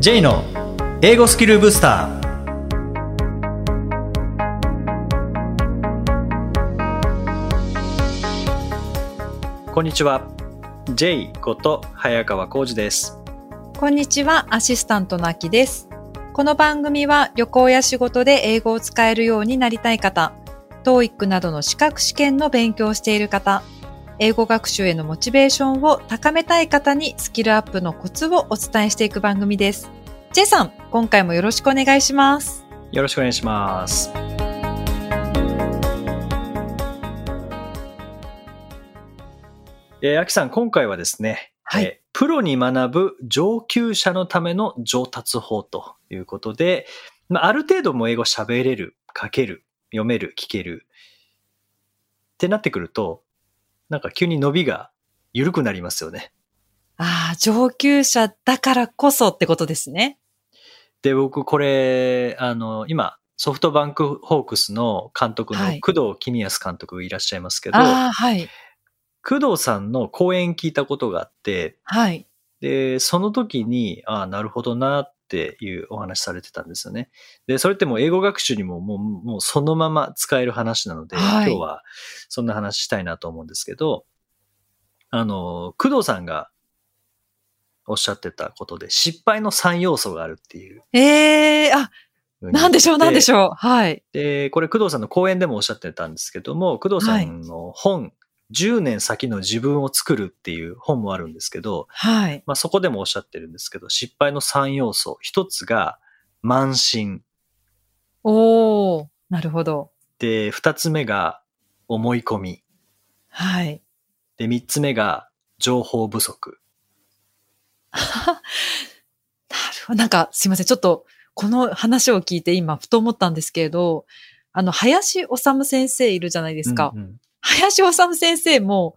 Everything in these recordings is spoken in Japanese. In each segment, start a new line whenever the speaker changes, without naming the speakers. J の英語スキルブースターこんにちは J こと早川浩二です
こんにちは、アシスタントのあきです。この番組は旅行や仕事で英語を使えるようになりたい方、TOEIC などの資格試験の勉強をしている方、英語学習へのモチベーションを高めたい方にスキルアップのコツをお伝えしていく番組です。J さん、今回もよろしくお願いします。
よろしくお願いしますえー、あきさん今回はですね、
はい
えープロに学ぶ上級者のための上達法ということで、まあ、ある程度もう英語喋れる書ける読める聞けるってなってくるとなんか急に伸びが緩くなりますよね。
ああ、上級者だからこそってことですね。
で、僕、これ、あの、今、ソフトバンクホークスの監督の
はい
工藤公康監督いらっしゃいますけど、
ああ、はい。
工藤さんの講演聞いたことがあって、
はい。
で、その時に、ああ、なるほどなっていうお話されてたんですよね。で、それってもう英語学習にももう、もうそのまま使える話なので、
はい
今日はそんな話したいなと思うんですけど、あの、工藤さんがおっしゃってたことで、失敗の3要素があるっていう
ええあ、
ふうに言って。
なんでしょう、なんでしょう。はい。
で、これ工藤さんの講演でもおっしゃってたんですけども、工藤さんの本、10年先の自分を作るっていう本もあるんですけど、
はい。
まあ、そこでもおっしゃってるんですけど、失敗の3要素。一つが、慢心。
おー、なるほど。
で、二つ目が、思い込み。
はい。
で、三つ目が、情報不足。
なるほど。なんか、すいません。ちょっと、この話を聞いて今、ふと思ったんですけれど、あの、林修先生いるじゃないで
です
か。
うんうん
林修先生も、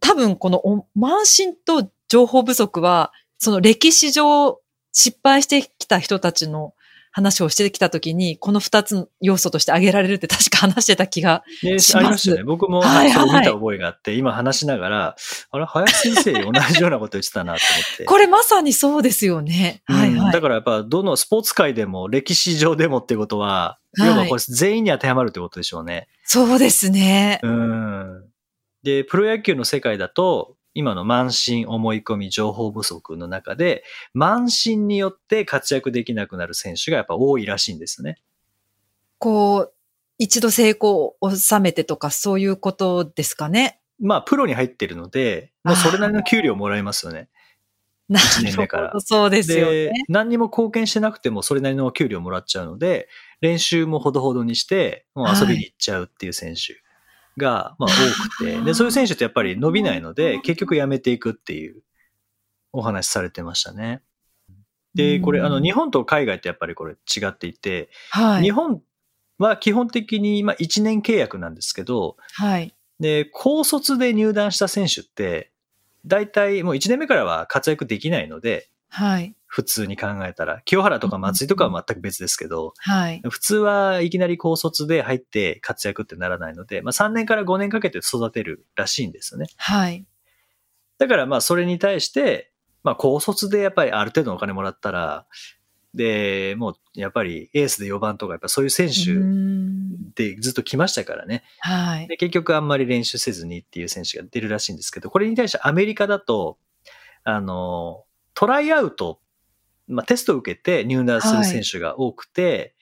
多分このお慢心と情報不足は、その歴史上失敗してきた人たちの話をしてきたときに、この二つの要素として挙げられるって確か話してた気が。
で
しま
あ
す
りましたよね。僕も、
はいはい
それ見た覚えがあって、今話しながら、あれ、林先生同じようなこと言ってたなと思って。
これまさにそうですよね。はい
うん
は
だ
い。
からやっぱどのスポーツ界でも歴史上でもってことは、
はい
要はこれ全員に当てはまるってことでしょうね。
そうですね。
うん。で、プロ野球の世界だと、今の慢心、思い込み、情報不足の中で、慢心によって活躍できなくなる選手がやっぱ多いらしいんですね。
こう、一度成功を収めてとか、そういうことですかね。
まあ、プロに入ってるので、もうそれなりの給料もらえますよね。
な
年目から
るほど、そうですよ
で
ね。、
何にも貢献してなくてもそれなりの給料もらっちゃうので、練習もほどほどにして、もう遊びに行っちゃうっていう選手が、まあ多くて、
あー
で、そういう選手ってやっぱり伸びないので、結局やめていくっていうお話されてましたね。で、これ、
うん
あの、日本と海外ってやっぱりこれ違っていて、
は
日
い。
本は基本的に、まあ1年契約なんですけど、
はい。
で、高卒で入団した選手って、大体もう1年目からは活躍できないので、
はい。
普通に考えたら。清原とか松井とかは全く別ですけど、
はい。
普通はいきなり高卒で入って活躍ってならないので、まあ3年から5年かけて育てるらしいんですよね。
はい。
だからまあそれに対して、まあ高卒でやっぱりある程度のお金もらったら、で、もうやっぱりエースで4番とかやっぱそういう選
うー
手
ん
でずっと来ましたからね。
はい。
で結局あんまり練習せずにっていう選手が出るらしいんですけど、これに対してアメリカだと、あの、トライアウト、まあ、テストを受けて入団する選手が多くて、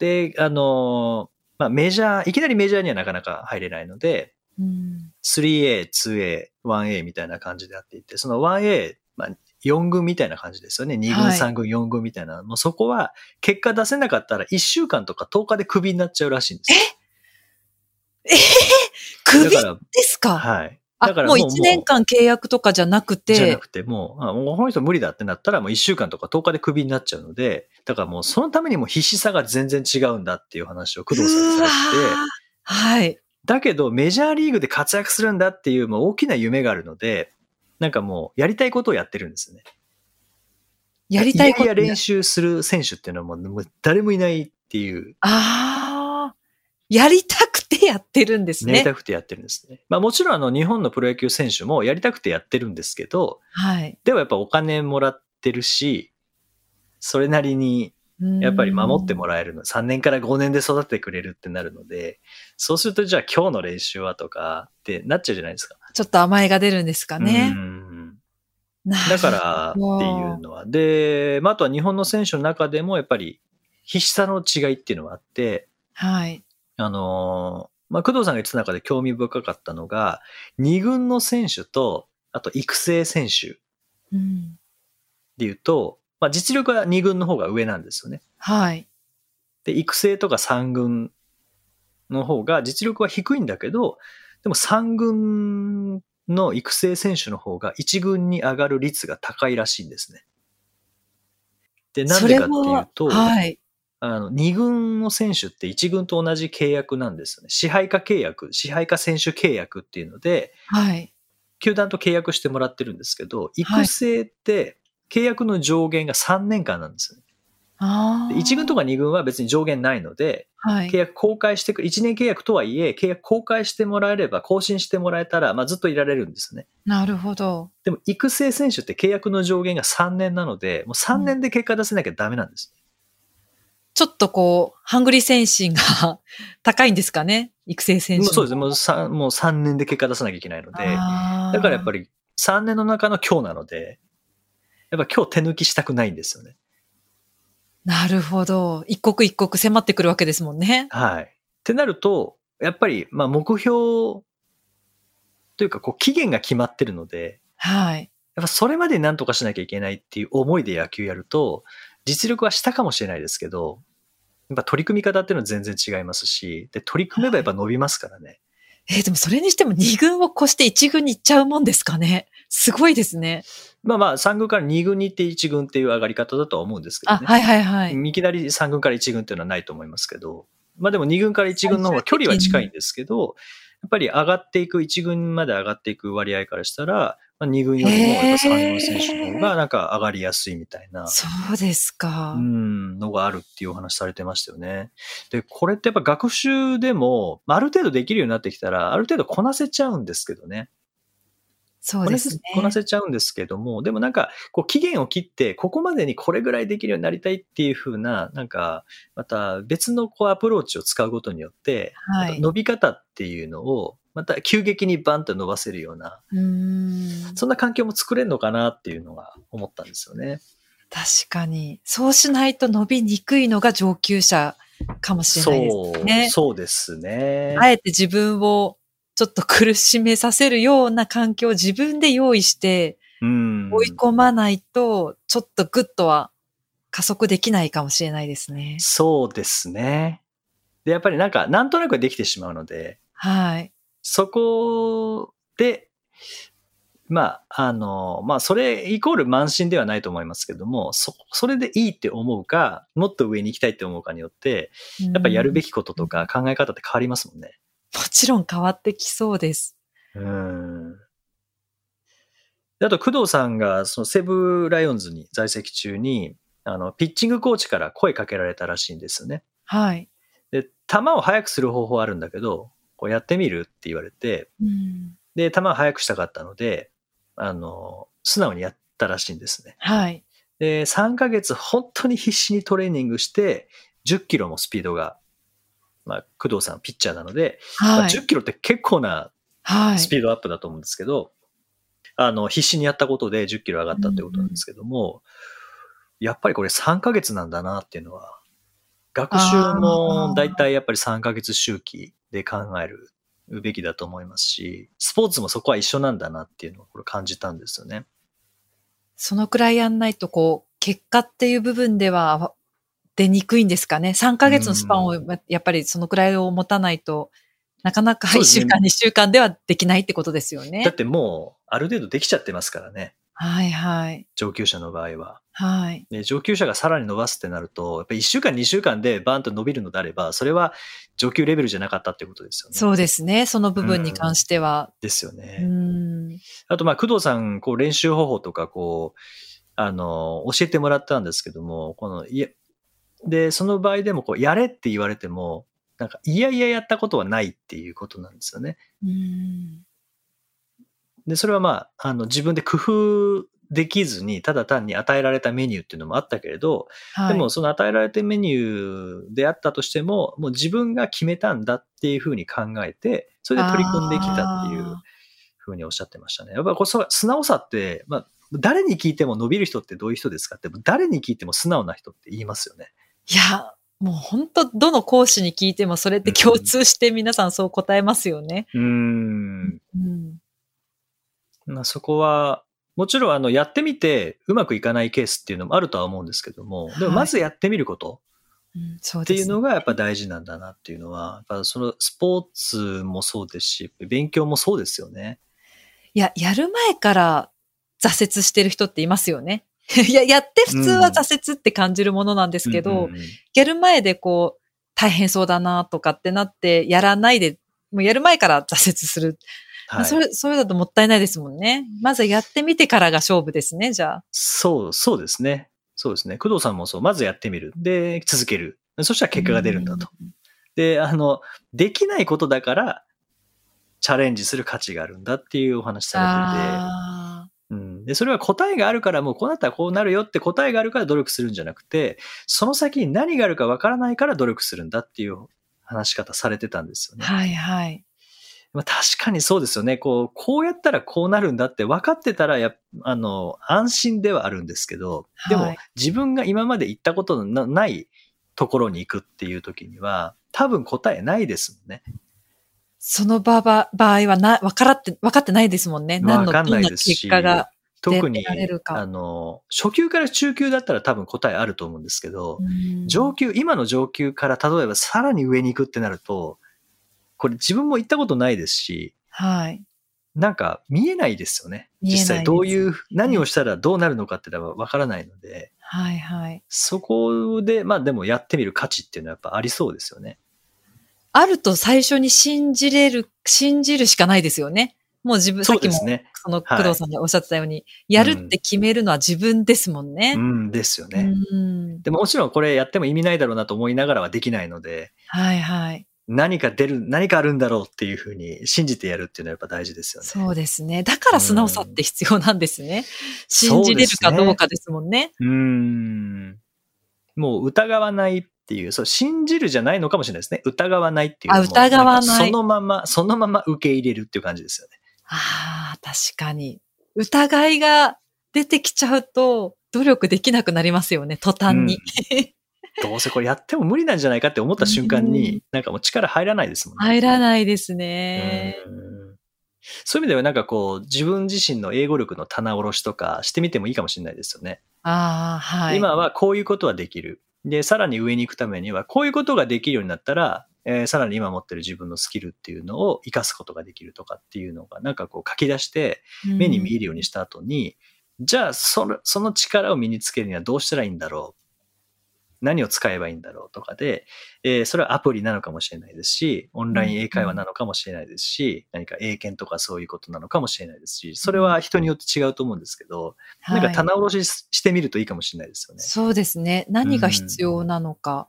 で、あの、まあ、メジャー、いきなりメジャーにはなかなか入れないので、
うん。
3A、2A、1A みたいな感じであっていて、その 1A、まあ、4軍みたいな感じですよね。2軍、
はい
3軍、4軍みたいな。もうそこは結果出せなかったら1週間とか10日でクビになっちゃうらしいんですよ。
首
だ
で
から
すか
はい。
あ、もう一年間契約とかじゃなく
じゃな
て
く、て、もう、あもうこの人無理だってなったら、もう1週間とか10日でクビになっちゃうので、だからもうそのためにも必死さが全然違うんだっていう話を工藤さんに
う
さ
わ
れて
ー
て、
はい。
だけどメジャーリーグで活躍するんだっていうもう大きな夢があるので、なんかもうやりたいことをやってるんですよね。
やりたい
い
こと
やいや
ね。
練習する選手っていうのはもうもう誰もいないっていう、
ああ。やりたくてやってるんです
やり
ね。
たくてやってるんですね。まあもちろんあの日本のプロ野球選手もやりたくてやってるんですけど、
はい。
でもやっぱお金もらってるし、それなりにやっぱり守って
も
もらえるの、3年から5年で育ててくれるってなるので、そうするとじゃあ今日の練習はとかってなっちゃうじゃないですか。
ちょっと甘えが出るんですかね
う。ん
なる
だからっていうのは。で、まあ、あとは日本の選手の中でもやっぱり必死さの違いっていうのがあって、
はい。
あのーまあ、工藤さんが言ってた中で興味深かったのが、2軍の選手と、あと育成選手
うん
でいうと、まあ、実力は2軍の方が上なんですよね。
はい。
で、育成とか3軍の方が実力は低いんだけど、でも3軍の育成選手の方が1軍に上がる率が高いらしいんですね。で、なんでかっていうと、
それははい。
あの、2軍の選手って1軍と同じ契約なんですよね。支配下契約、支配下選手契約っていうので、
はい。
球団と契約してもらってるんですけど、育成って契約の上限が3年間なんですよね。
ああ。
1軍とか2軍は別に上限ないので、
はい。
契約公開してく、1年契約とはいえ、契約公開してもらえれば、更新してもらえたら、まあ、ずっといられるんですね。
なるほど。
でも、育成選手って契約の上限が3年なので、もう3年で結果出せなきゃダメなんです。
ちょっとこう、ハングリー精神が 高いんですかね育成選
もう
手の。
そうですね。もう 3, もう3年で結果出さなきゃいけないので、
あー
だからやっぱり3年の中の今日なので、やっぱ今日手抜きしたくないんですよね。
なるほど。一刻一刻迫ってくるわけですもんね。
はい。ってなると、やっぱり、まあ、目標というか、こう、期限が決まってるので、
はい。
やっぱそれまでになんとかしなきゃいけないっていう思いで野球やると、実力はしたかもしれないですけど、やっぱ取り組み方っていうのは全然違いますし、で、取り組めばやっぱ伸びますからね。
えーでもそれにしても二軍を越して一軍に行っちゃうもんですかねすごいですね。
まあまあ、3軍から2軍に行って1軍っていう上がり方だとは思うんですけど
あ、
ね。
はいはいはい。
いきなり3軍から1軍っていうのはないと思いますけど、まあでも2軍から1軍の方が距離は近いんですけど、やっぱり上がっていく、1軍まで上がっていく割合からしたら、まあ、2軍よりもやっぱ3軍選手の方がなんか上がりやすいみたいな。
そうですか。
うん、のがあるっていうお話されてましたよね。で、これってやっぱ学習でも、まあある程度できるようになってきたら、ある程度こなせちゃうんですけどね。
そうですね。
こなせこなせちゃうんですけども、でもなんか、こう期限を切って、ここまでにこれぐらいできるようになりたいっていう風な、なんか、また別のこうアプローチを使うことによって、
は
また
い。
伸び方っていうのを、また急激にバンと伸ばせるような、
うーん
そんな環境も作れるのかなっていうのが思ったんですよね。
確かに。そうしないと伸びにくいのが上級者かもしれないです。
そう、
ね
そうですね。
あえて自分をちょっと苦しめさせるような環境を自分で用意して
うん。
追い込まないと、ちょっとグッとは加速できないかもしれないですね。
そうですね。で、やっぱりなんか、なんとなくできてしまうので、
はい。
そこで、まあ、あの、まあ、それイコール慢心ではないと思いますけども、そ、それでいいって思うか、もっと上に行きたいって思うかによって、やっぱりやるべ
き。
きこととか考え方って変わりますもんね。
もちろん変わってきそうです。
うん。であと、工藤さんが、そのセブライオンズに在籍中に、あの、ピッチングコーチから声かけられたらしいんですよね。
はい。
で、球を速くする方法あるんだけど、こうやってみるって言われて、
うん
で、球を速くしたかったので、あの、素直にやったらしいんですね。
はい。
で、3ヶ月本当に必死にトレーニングして、10キロもスピードが、まあ、工藤さんピッチャーなので、ま
は
あ
い
10。キロって結構な
はい。
スピードアップだと思うんですけど、あの、必死にやったことで10キロ上がったってことなんですけども、やっぱりこれ3ヶ月なんだなっていうのは、学習もだいたいやっぱり3ヶ月周期で考えるべきだと思いますし、スポーツもそこは一緒なんだなっていうのをこれ感じたんですよね。
そのくらいやんないと、こう、結果っていう部分では出にくいんですかね。3ヶ月のスパンを、やっぱりそのくらいを持たないと、なかなか
そう
1
です
週
ね
間、2週間ではできないってことですよ
だっ
ね。
てもうある程度できちゃってますからね、
はいはい。
上級者の場合は。
はい。
で上級者がさらに伸ばすってなると、やっぱり1週間2週間でバーンと伸びるのであれば、それは上級レベルじゃなかったってことですよね。
そうですね。その部分に関しては。
ですよね。
うん。
あと、まあ、工藤さん、こう、練習方法とか、こう、あの、教えてもらったんですけども、この、いや、で、その場合でも、こう、やれって言われても、なんか、いやいややったことはないっていうことなんですよね。
うん
で、それはまあ、あの、自分で工夫できずに、ただ単に与えられたメニューっていうのもあったけれど、
はい、
でもその与えられてるメニューであったとしても、もう自分が決めたんだっていうふうに考えて、それで取り組んできたっていう
あー
ふうにおっしゃってましたね。やっぱこうそう素直さって、まあ、誰に聞いても伸びる人ってどういう人ですかって、誰に聞いても素直な人って言いますよね。
いや、もう本当どの講師に聞いてもそれって共通して皆さんそう答えますよね。
うーん。
うん。
まあ、そこは、もちろんあのやってみてうまくいかないケースっていうのもあるとは思うんですけども、でもまずやってみること。
うんそう
って
で
いう
すね。
のがやっぱ大事なんだなっていうのは、やっぱそのスポーツもそうですし、勉強もそうですよね。
いや、やる前から挫折してる人っていますよね。 いや、やって普通は挫折って感じるものなんですけど、
うんう
やる前でこう、大変そうだなとかってなって、やらないで、もうやる前から挫折する。
んはい
それ、それだともったいないですもんね。まずやってみてからが勝負ですね、じゃあ。
そう、そうですね。そうですね。工藤さんもそう、まずやってみる。で、続ける。そしたら結果が出るんだと。で、あの、できないことだから、チャレンジする価値があるんだっていうお話さ
あ
れてて、うん、でそれは答えがあるからもうこうなったらこうなるよって答えがあるから努力するんじゃなくてその先に何があるかわからないから努力するんだっていう話し方されてたんですよ
ー
ね。
はいはい。
まあ、確かにそうですよね。こう、こうやったらこうなるんだって分かってたらやっ、あの、安心ではあるんですけど、で
は
も
い
自分が今まで行ったことのなないところに行くっていう時には、多分答えないですもんね。
その場場場合はな、わからって、分かってないですもんね。何の、
わかん
ど
なんい
な
ですし
結果が。
特に
出られる、か
あの、初級から中級だったら多分答えあると思うんですけど、
うん
上級、今の上級から例えばさらに上に行くってなると、これ自分も行ったことないですし、
はい。
なんか見えないですよね。
見えないで
実
す
際どういう、何をしたらどうなるのかってのはわからないので、
はいはい。
そこで、まあでもやってみる価値っていうのはやっぱありそうですよね。
あると最初に信じれる、信じるしかないですよね。もう自分、さ
そ
っ
う
き
で
も
すね。
その工
はい
藤さんがおっしゃってたように、やるって決めるのは自分ですもんね。
うんですよね。
うん
でももちろんこれやっても意味ないだろうなと思いながらはできないので、
はいはい。
何か出る、何かあるんだろうっていうふうに信じてやるっていうのはやっぱ大事ですよね。
そうですね。だから素直さって必要なんですね。信じれるかどうかですもんね。
うーん。もう疑わないっていう、そう、信じるじゃないのかもしれないですね。疑わないっていうのも。
あ疑わない
んかそのまま、そのまま受け入れるっていう感じですよね。
ああ、確かに。疑いが出てきちゃうと、努力できなくなりますよね、途端に。
どうせこれやっても無理なんじゃないかって思った瞬間
う
に、なんかもう力入らないですもんね。
入ら
い。
ないですね。
そういう意味ではなんかこう、自分自身の英語力の棚卸しとかしてみてもいいかもしれないですよね。
ああ、はい。
今はこういうことはできる。で、さらに上に行くためには、こういうことができるようになったら、えーさらに今持ってる自分のスキルっていうのを活かすことができるとかっていうのが、なんかこう書き出して、目に見えるようにした後に、じゃあその、その力を身につけるにはどうしたらいいんだろう何を使えばいいんだろうとかで、えーそれはアプリなのかもしれないですし、オンライン英会話なのかもしれないですし、何か英検とかそういうことなのかもしれないですし、それは人によって違うと思うんですけど、
うん
なんか
はい
棚卸ししてみるといいかもしれないですよね。
そうですね。何が必要なのか、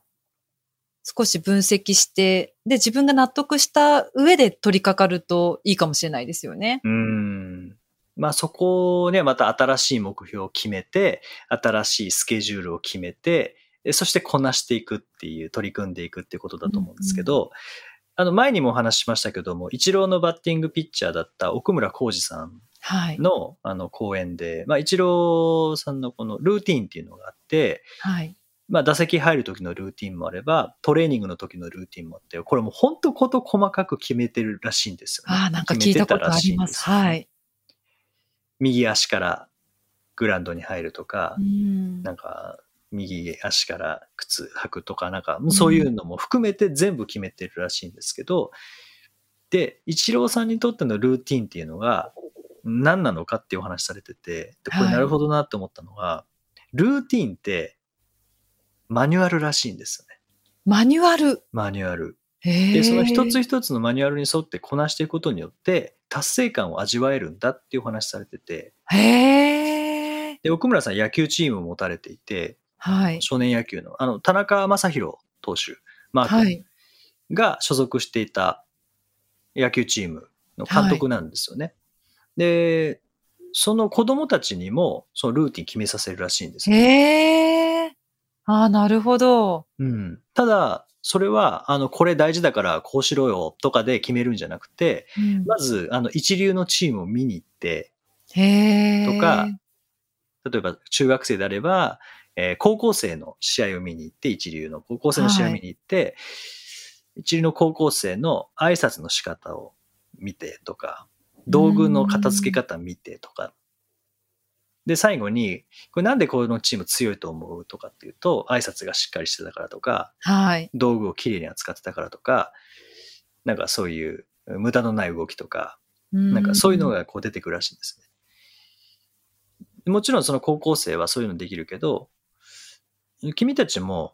少し分析して、で、自分が納得した上で取り掛かるといいかもしれないですよね。
うん。まあそこをね、また新しい目標を決めて、新しいスケジュールを決めて、えそしてこなしていくっていう、取り組んでいくっていうことだと思うんですけど、あの前にもお話ししましたけども、イチローのバッティングピッチャーだった奥村浩二さん
はい。
のあの講演で、まあイチローさんのこのルーティーンっていうのがあって、
はい。
まあ打席入る時のルーティーンもあれば、トレーニングの時のルーティーンもあって、これも本当こと細かく決めてるらしいんですよね。
ああ、なんか聞いたことあります。
決めてたらしいんですよね
はい。
右足からグラウンドに入るとか
う、ん
なんか、右足から靴履くとか、なんか、そういうのも含めて全部決めてるらしいんですけど、で、イチローさんにとってのルーティンっていうのが何なのかっていうお話されてて、でこ
は
れ
い
なるほどなと思ったのが、ルーティンってマニュアルらしいんですよね。
マニュアル。
マニュアル。
へ
で、
え
その一つ一つのマニュアルに沿ってこなしていくことによって、達成感を味わえるんだっていうお話されてて、
へえ。
で、奥村さん野球チームを持たれていて、
はい。
少年野球の、あの、田中将大投手、マー
は
君
い。
が所属していた野球チームの監督なんですよね。で、その子供たちにも、そのルーティン決めさせるらしいんですよ。
へえ。ああ、なるほど。
うん。ただ、それは、あの、これ大事だから、こうしろよとかで決めるんじゃなくて、
うん
まず、あの、一流のチームを見に行って、
へえ。
とか例えば中学生であれば、えー高校生の試合を見に行って、一流の高校生の試合を見に行って、一流の高校生の挨拶の仕方を見てとか、道具の片付け方見てとか。で、最後に、これなんでこのチーム強いと思うとかっていうと、挨拶がしっかりしてたからとか、
はい。
道具をきれいに扱ってたからとか、なんかそういう無駄のない動きとか、
な
なんかそういうの。がこう出てくるらしいんですね。もちろんその高校生はそういうのできるけど、君たちも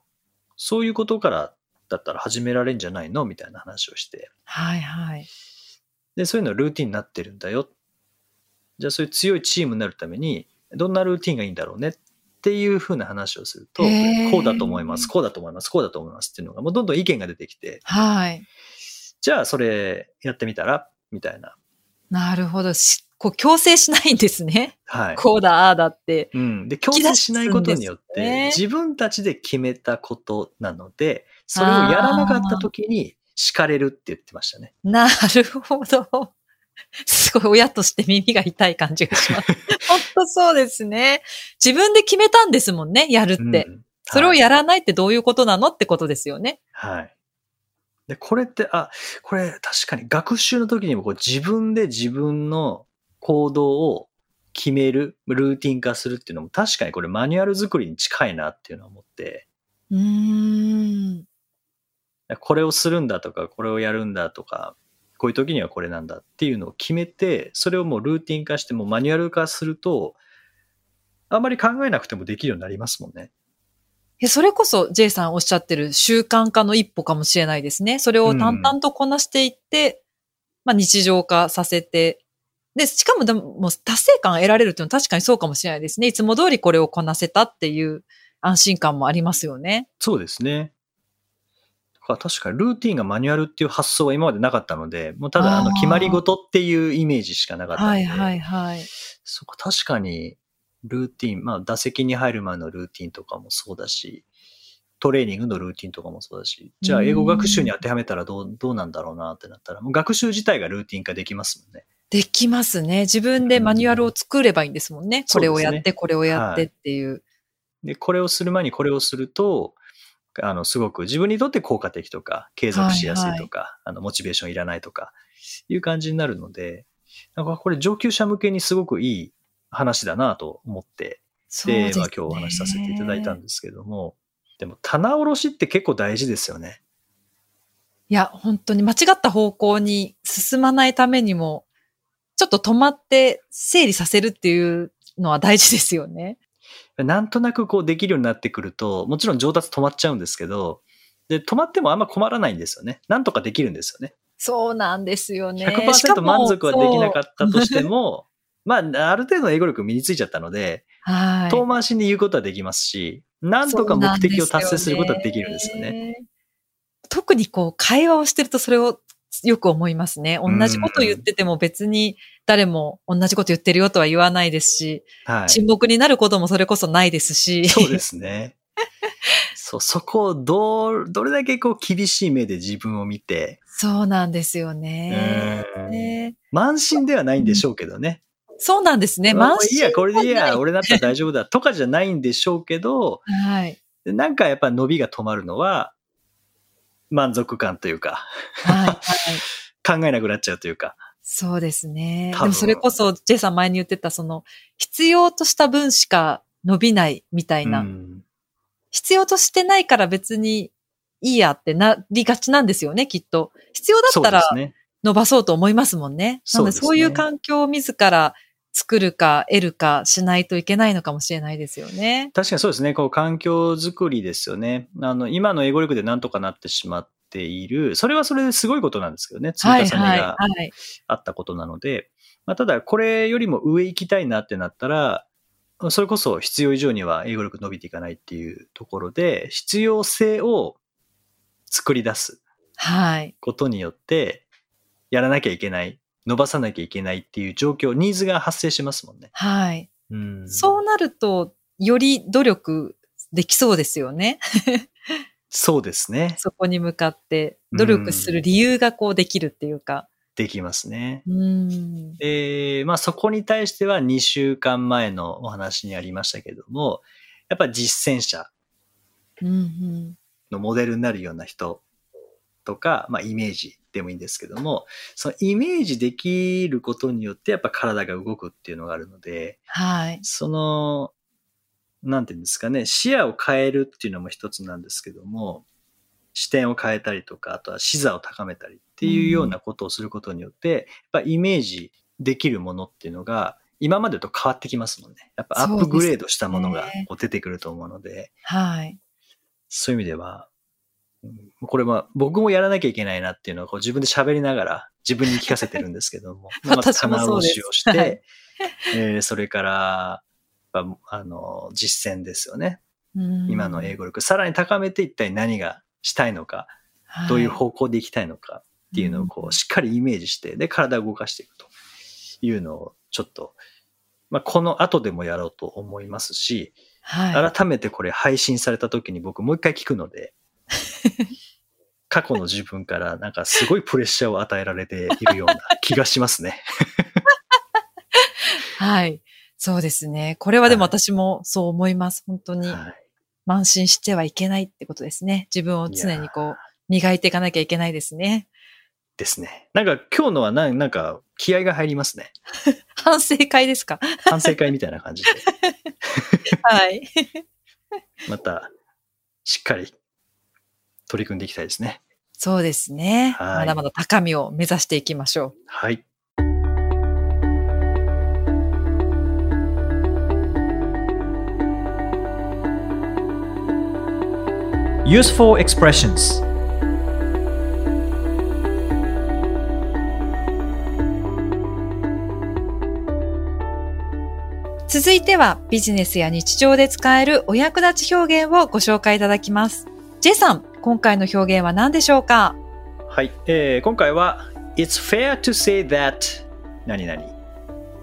そういうことからだったら始められんじゃないのみたいな話をして。
はいはい。
で、そういうのルーティンになってるんだよ。じゃあそういう強いチームになるために、どんなルーティンがいいんだろうねっていうふうな話をすると、
へー
こうだと思います、こうだと思います、こうだと思いますっていうのが、もうどんどん意見が出てきて、
はい。
じゃあそれやってみたらみたいな。
なるほど。しこう、強制しないんですね。
はい。
こうだ、ああだって。
うん、で強制しないことによって、
引き出す
自分たちで決めたことなのでそれをやらなかった時に叱れるって言ってましたね。
なるほど。すごい、親として耳が痛い感じが します。本当そうですね。自分で決めたんですもんね、やるって。
うん
それをやらないってどういうことなのってことですよね。
はい、はいでこれってあこれ確かに学習の時にもこう自分で自分の行動を決めるルーティン化するっていうのも確かにこれマニュアル作りに近いなっていうのは思って
うーん。
これをするんだとかこれをやるんだとかこういう時にはこれなんだっていうのを決めてそれをもうルーティン化してもうマニュアル化するとあまり考えなくてもできるようになりますもんね。
え、それこそ J さんおっしゃってる習慣化の一歩かもしれないですね。それを淡々とこなしていって、まあ日常化させて、で、しかもでももう達成感を得られるっていうのは確かにそうかもしれないですね。いつも通りこれをこなせたっていう安心感もありますよね。
そうですね。だから確かにルーティンがマニュアルっていう発想は今までなかったのでもうただあ
あ
の
ー
決まり事っていうイメージしかなかったの
は
で、
いはいはい。
そこ確かにルーティン、まあ打席に入る前のルーティンとかもそうだし、トレーニングのルーティンとかもそうだし、じゃあ英語学習に当てはめたらどうどうなんだろうなってなったら、もう学習自体がルーティン化できますもんね。
できますね。自分でマニュアルを作ればいいんですもんね。これをや
そうで
っ
す
て、これをやっ
は
て
い
っていう。
で、これをする前にこれをすると、あの、すごく自分にとって効果的とか、継続しやすいとか、あの、モチベーションいらないとか、いう感じになるので、なんかこれ上級者向けにすごくいい話だなと思って、
そう
で、
です
ま
ね
あ、今日お話しさせていただいたんですけども、でも棚卸しって結構大事ですよね。
いや、本当に間違った方向に進まないためにも、ちょっと止まって整理させるっていうのは大事ですよね。
なんとなくこうできるようになってくると、もちろん上達止まっちゃうんですけど、で、止まってもあんま困らないんですよね。なんとかできるんですよね。
そうなんですよね。しか
100%
も
満足はできなか
っ
ったとしても、 まあ、ある程度の英語力身についちゃったので、
た。はい。
遠回しに言うことはできますし、なんとか目的を達成することはできるんですよね。
ね。特にこう、会話をしてるとそれをよく思いますね。同じこと言ってても別に誰も同じこと言ってるよとは言わないですし、
はい。
沈黙になることもそれこそないですし。
そうですね。そう、そこをどう、どれだけこう厳しい目で自分を見て、
そうなんですよね。
うん
ね
満身ではないんでしょうけどね。
そうなんですね。
まあ
満
もういい
身
や、これでいい
はな
や、俺だったら大丈夫だとかじゃないんでしょうけど、
はい。
なんかやっぱ伸びが止まるのは、満足感というか、
はい。 はい。
考えなくなっちゃうというか。
そうですね。
多分
でもそれこそ、ジェイさん前に言ってた、その、必要とした分しか伸びないみたいうな。
ん、
必要としてないから別にいいやってなりがちなんですよね、きっと。必要だ
そ
っ
う
た
で
ら
すね。
伸ばそうと思いますもんね。なので
そ
そうう
ですね
いう環境を自ら作るか得るかしないといけないのかもしれないですよね。
確かにそうですね。こう、環境づくりですよね。あの、今の英語力でなんとかなってしまっている、それはそれですごいことなんですけどね。積み
は
重
い
ね
はい
が
はい。
あったことなので、まあ、ただこれよりも上行きたいなってなったら、それこそ必要以上には英語力伸びていかないっていうところで、必要性を作り出す
はい。
ことによって、やらなきゃいけない伸ばさなきゃいけないっていう状況、ニーズが発生しますもんね。
はい。
うん。
そうなると、より努力できそうです よね。
そうですね。
そこに向かって、努力する理由がこうできるっていうか。
できますね。
うん。
で、まあそこに対しては2週間前のお話にありましたけども、やっぱ実践者
うんうん。
のモデルになるような人とか、まあイメージでもいいんですけども、そのイメージできることによってやっぱ体が動くっていうのがあるので、
はい。
その、なんていうんですかね、視野を変えるっていうのも一つなんですけども、視点を変えたりとか、あとは視座を高めたりっていうようなことをすることによって、やっぱイメージできるものっていうのが、今までと変わってきますもんね。やっぱアップグレードしたもの
そう
が
ですね
こう出てくると思うので、
はい。
そういう意味では、うんこれは僕もやらなきゃいけないなっていうのはこう自分で喋りながら自分に聞かせてるんですけど も、まあまず
私も
棚
そう
卸
です
しをして、
はい
えーそれから、やっぱあの、実践ですよね。今
今
の英語力、さらに高めて一体何がしたいのか、
はい
どういう方向で行きたいのかっていうのをこ
うん
う、しっかりイメージして、で、体を動かしていくというのを、ちょっと、まあ、この後でもやろうと思いますし、
はい、
改めてこれ配信された時に僕もう一回聞くの で、過去の自分からなんかすごいプレッシャーを与えられているような気がします ね。
はい。そうですね。これはでも
はい
私もそう思います。本当に
はい
慢心してはいけないってことですね。自分を常に
い
こ
やー
う磨いていかなきゃいけないですね。
ですね。なんか今日のはななんか気合が入ります ね。
反省会で すか
反省会みたいな感じで。
はい。
また、しっかり取り組んでいきたいですね。
そうですね。
はい
まだまだ高みを目指していきましょう。
はい。Useful expressions
続いてはビジネスや日常で使えるお役立ち表現をご紹介いただきます。ジェイさん、今回の表現は何でしょうか
はい、えー今回は It's fair to say that 何々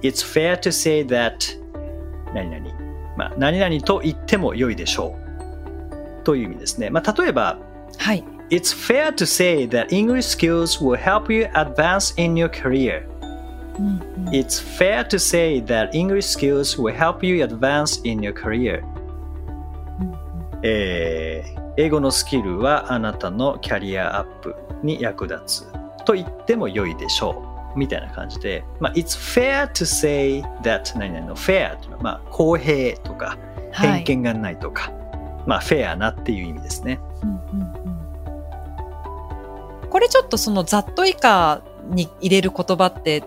It's fair to say that 何々、まあ、何々と言っても良いでしょうという意味ですね、まあ、例えば
はい。
It's fair to say that English skills will help you advance in your career
うんうん
It's fair to say that English skills will help you advance in your career えー英語のスキルはあなたのキャリアアップに役立つと言っても良いでしょうみたいな感じで、まあ、It's fair to say that 何々の fair というのは、まあ、公平とか
は
偏
い
見がないとか、まあ fair なっていう意味ですね。
これちょっとそのざっと以下に入れる言葉って、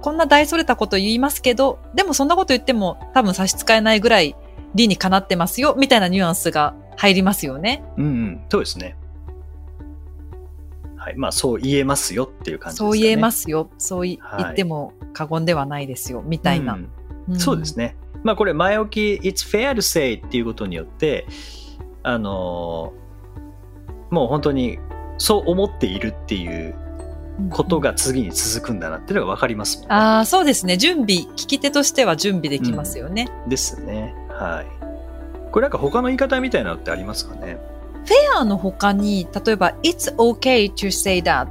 こんな大それたこと言いますけど、でもそんなこと言っても多分差し支えないぐらい理にかなってますよ、みたいなニュアンスが入りますよね。
うんうん、そうですね。はい、まあそう言えますよっていう感じですか
そ
ね。
う言えますよ、そうい
はい
言っても過言ではないですよ、みたいな。
うんそうですね。まあこれ前置き、It's fair to say っていうことによって、あのーもう本当にそう思っているっていう
うん。
ことが次に続くんだなっていうのが分かりますもんね。
ああ、そうですね。準備、聞き手としては準備できますよね。
ですね。はい。これなんか他の言い方みたいなのってありますかね
ペアの他に、例えば、It's okay to say that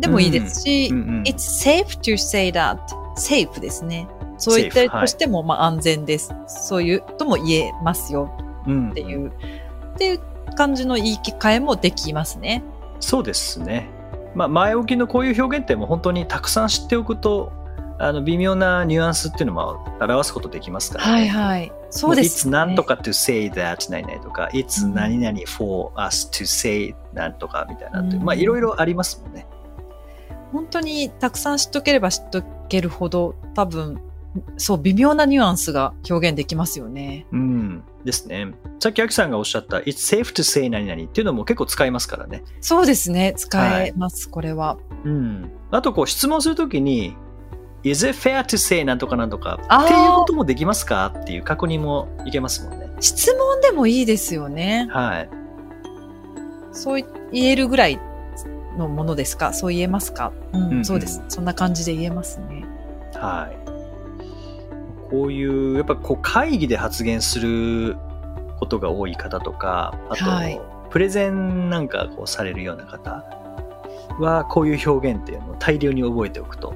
でもいいですし、
うんうん
It's safe to say that. safe ですね。そういったとしても、まあ安全です。そういうとも言えますよ
うん
っていう、っていう感じの言い換えもできますね。
そうですね。まあ、前置きのこういう表現ってもう本当にたくさん知っておくと、あの微妙なニュアンスっていうのも表すことできますから、ね。
はいはい。そうです、
も It's
ね。
何と。か to say that 何々とか、It's
うん
何々 for us to say 何とかみたいなっていう
うん
まあいろいろありますもんね。
本当にたくさん知っとければ知っとけるほど、多分、そう、微妙なニュアンスが表現できますよね。
うん。ですね。さっきアキさんがおっしゃった、It's safe to say 何々っていうのも結構使いますからね。
そうですね。使えます、これは。
うん。あとこう質問するときに、Is it fair to say 何とか何とか
あー
っていうこともできますかっていう確認もいけますもんね。
質問でもいいですよね。
はい。
そう言えるぐらいのものですかそう言えますか、うん
うん
そうです。そんな感じで言えますね。
はい。こういう、やっぱこう会議で発言することが多い方とか、あと、
はい
プレゼンなんかこうされるような方は、こういう表現っていうのを大量に覚えておくと、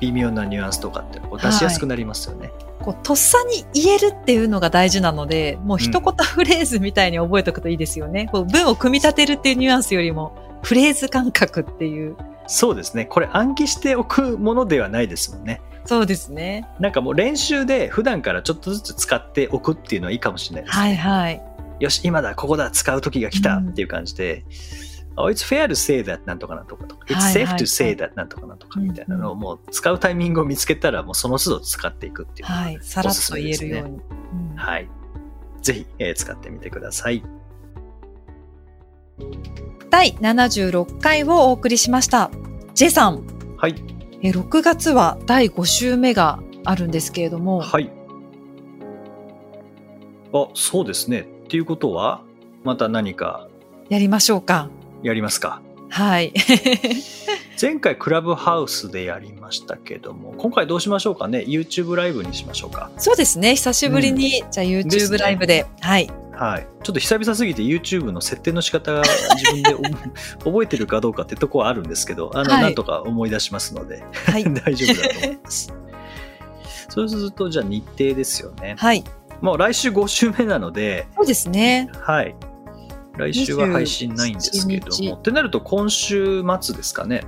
微妙なニュアンスとかっていうのをこう出しやすくなりますよね。
こう、とっさに言えるっていうのが大事なので、もう一言フレーズみたいに覚えておくといいですよね。こう文を組み立てるっていうニュアンスよりも、フレーズ感覚っていう。
そうですね。これ暗記しておくものではないですもんね。
そうですね。
なんかもう練習で普段からちょっとずつ使っておくっていうのはいいかもしれないですね。
はいはい。
よし、今だ、ここだ、使う時が来たっていう感じで、あ It's fair to say that なんとかなんとかとか、It's
はいは
safe
い
to say that なんとかなんとかみたいなのをもう使うタイミングを見つけたら、もうその都度使っていくっていうのが。
はい。さらっ
おすす
と
めで
言え
す
る
ね
ように。うん
はい。ぜひ、えー使ってみてください。
第76回をお送りしました。J さん、
はい。
え6月は第5週目があるんですけれども、
はい。あ、そうですね。っていうことは、また何か
やりましょうか。
やりますか
はい。
前回クラブハウスでやりましたけども今回どうしましょうかね YouTube ライブにしましょうか
そうですね。久しぶりに、じゃあ
です
YouTube
ね
ライブで。はい。
はいちょっと久々すぎて YouTube の設定の仕方が自分で 覚え覚えてるかどうかってとこはあるんですけどあの、
はい
なんとか思い出しますので
はい。
大丈夫だと思いますそうするとじゃあ日程ですよね
はい。
もう来週5週目なので
そうですね。
はい来週は配信ないんですけど
27日
もってなると今週末ですかね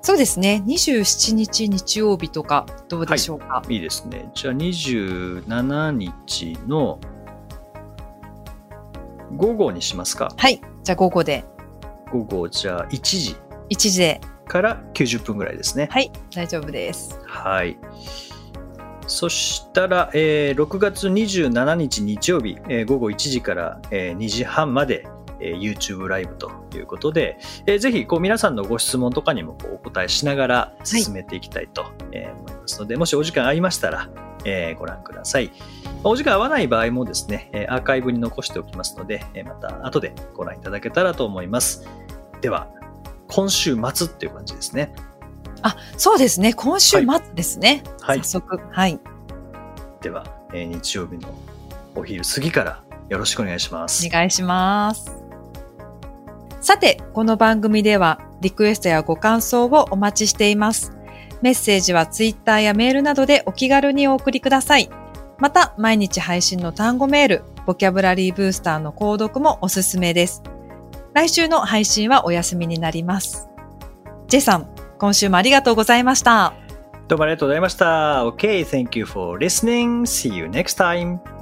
そうですね。27日日曜日とか、どうでしょうか。
いいですね。じゃあ27日の午後にしますか。
はい。じゃあ午後で、
午後じゃあ1時
1時で、
から90分ぐらいですね。
はい。大丈夫です。
はい。そしたら、えー6月27日日曜日、えー午後1時から、えー2時半まで、えー YouTube ライブということで、えーぜひこう皆さんのご質問とかにもこうお答えしながら進めていきたいと、えー思いますので、もしお時間ありましたら、えーご覧ください。お時間合わない場合もですね、えーアーカイブに残しておきますので、えーまた後でご覧いただけたらと思います。では、今週末っていう感じですね。
あ、そうですね。今週末ですね。
はい
早速。はい。
では、えー日曜日のお昼過ぎからよろしくお願いします
お。願いします。さて、この番組ではリクエストやご感想をお待ちしています。メッセージはツイッターやメールなどでお気軽にお送りください。また、毎日配信の単語メール、ボキャブラリーブースターの購読もおすすめです。来週の配信はお休みになります。ジェイさん、今週もありがとうございました。
どうもありがとうございました。OK, thank you for listening. See you next time.